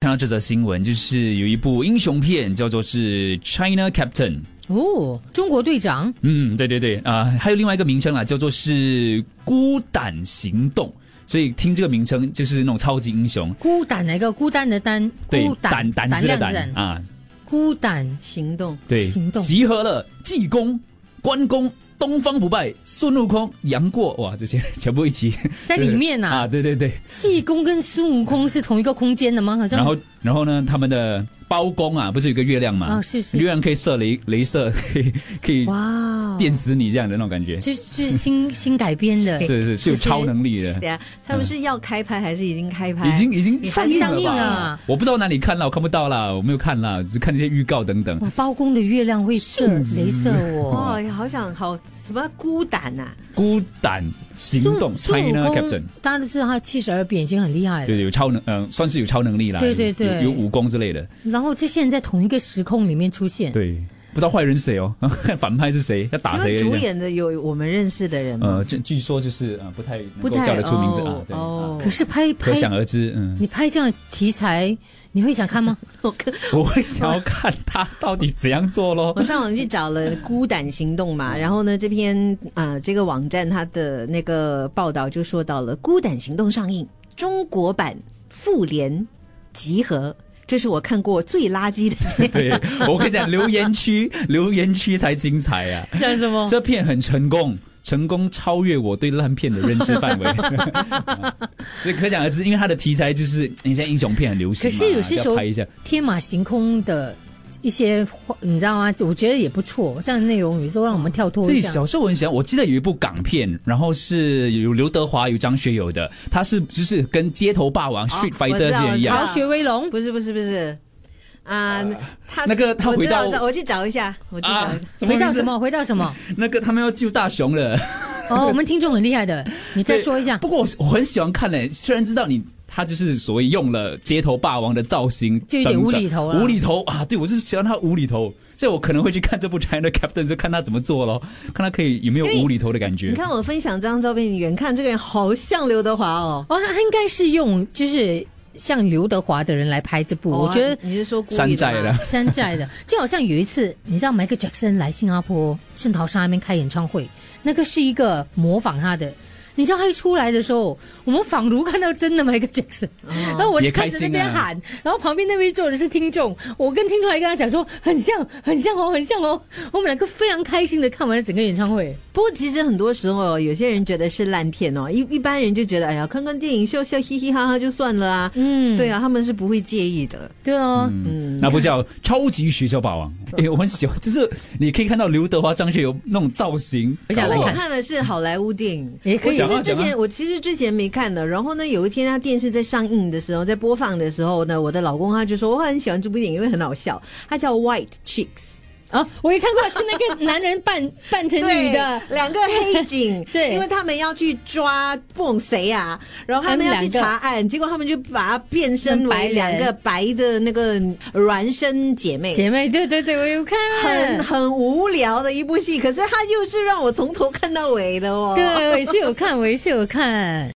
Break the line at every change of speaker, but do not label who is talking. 到这则新闻，就是有一部英雄片叫做是《China Captain》。
哦，中国队长，
嗯，对对对，啊、还有另外一个名称啦，叫做是《孤胆行动》。所以听这个名称就是那种超级英雄，
孤胆哪个孤单的单，
对
孤，胆
胆胆子的
量
胆
人
啊，
孤胆
行动，
对，
行动
集合了济公、关公、东方不败、孙悟空、杨过，哇，这些全部一起
在里面
呐、
呐、
啊，对对对，
济公跟孙悟空是同一个空间的吗？好像
然后然后呢，他们的包公啊，不是有一个月亮嘛？
啊是是
月亮可以射雷镭射， 可以可以
哇哦，
电死你这样的那种感觉，
这这是新 新改编的，
是是是有
这些
超能力的
对。啊，他们是要开拍还是已经开
嗯
拍？
已经已经
也
上
还
映
上
了
映
吧
了
我不知道哪里看了，我看不到啦，我没有看啦，只是看那些预告等等。
哇包公的月亮会射镭射我，
哦，好想好什么孤胆啊呐、
孤胆 行
孙
动
孙悟
，China
空
Captain，
大家都知道他七十二变已经很厉害了，
对，有超能，嗯、算是有超能力啦，
对对
有
对
有有武功之类的，
然后这些人在同一个时空里面出现，
对，不知道坏人谁哦， 看反派是谁，要打
请
谁
问
这样？
主演的有我们认识的人吗？
呃，据据说就是呃，不太能
不
够
太
叫得出名字啊
哦，
对
哦
啊，
可是拍
可
拍
想而知，嗯，
你拍这样的题材，你会想 看吗？
我跟
我会想要看他到底怎样做咯
我。上网去找了《孤胆行动》 嘛，然后呢，这篇啊、呃这个网站它的那个报道就说到了《孤胆行动》上映，中国版复联集合，这是我看过最垃圾的 电影。
对，我跟你讲，留言区留言区才精彩啊！
讲什么？
这片很成功，成功超越我对烂片的认知范 围。所以可想而知，因为它的题材就是你像英雄片很流行嘛，
可是有些时候
要拍一下，
天马行空的一些话，你知道吗？我觉得也不错，这样的内容有时候让我们跳脱
自
一
己
下。
小时候我很喜欢，我记得有一部港片，然后是有刘德华、有张学友的，他是就是跟街头霸
哦
王、Street
我
Fighter
知
这
道
些一
我知
样
逃
道。
学威龙，
不是不是不是啊，他
那个他
我
回
知道
到啊
我知道我去找一下，我去找一下。
怎
回到
名字
什？么？回到什么？
那个他们要救大雄了。
哦，我们听众很厉害的，你再说一下。
不过我我很喜欢看嘞、虽然知道你他就是所谓用了街头霸王的造型，
就有点
等等
无厘头啦
无厘头啊！对，我就是喜欢他无厘头，所以我可能会去看这部《China Captain》，就看他怎么做咯，看他可以有没有无厘头的
嗯
感觉。
你看我分享这张照片，你远看这个人好像刘德华哦。
哦，他他应该是用就是像刘德华的人来拍这部，我觉
哦
得。
你是说故意的
山
吗
寨的，
山寨的，就好像有一次，你知道 Michael Jackson 来新加坡圣淘沙那边开演唱会，那个是一个模仿他的。你知道他一出来的时候，我们仿如看到真的 Michael Jackson，、然
哦
后我就
也开
看着那
心
边
啊
喊，然后旁边那边坐的是听众，我跟听众还跟他讲说很像，很像哦，很像哦，我们两个非常开心的看完了整个演唱会。
不过其实很多时候，有些人觉得是烂片哦，一一般人就觉得，哎呀，看看电影笑笑嘻嘻哈哈就算了啊。
嗯，
对啊，他们是不会介意的。
对哦，
嗯那部叫《超级学校霸王》诶，我很喜欢，就是你可以看到刘德华、张学友那种造型。
我想来
不过我
看
看的是好莱坞电影，
也可以
我
讲
其
啊
实之
讲
前我其实之前没看的，然后呢，有一天他电视在上映的时候，在播放的时候呢，我的老公他就说我很喜欢这部电影，因为很好笑，它叫《White Chicks》。
啊，我也看过是那个男 人扮扮成
对
女的，，
两个黑警
对
因为他们要去抓蹦谁啊，然后他们要去查案，结果他们就把它变身为两个白的那个孪生姐妹。
姐妹，对对对，我有看，
很很无聊的一部戏，可是它又是让我从头看到尾的哦。
对，我也是有看，我也是有看。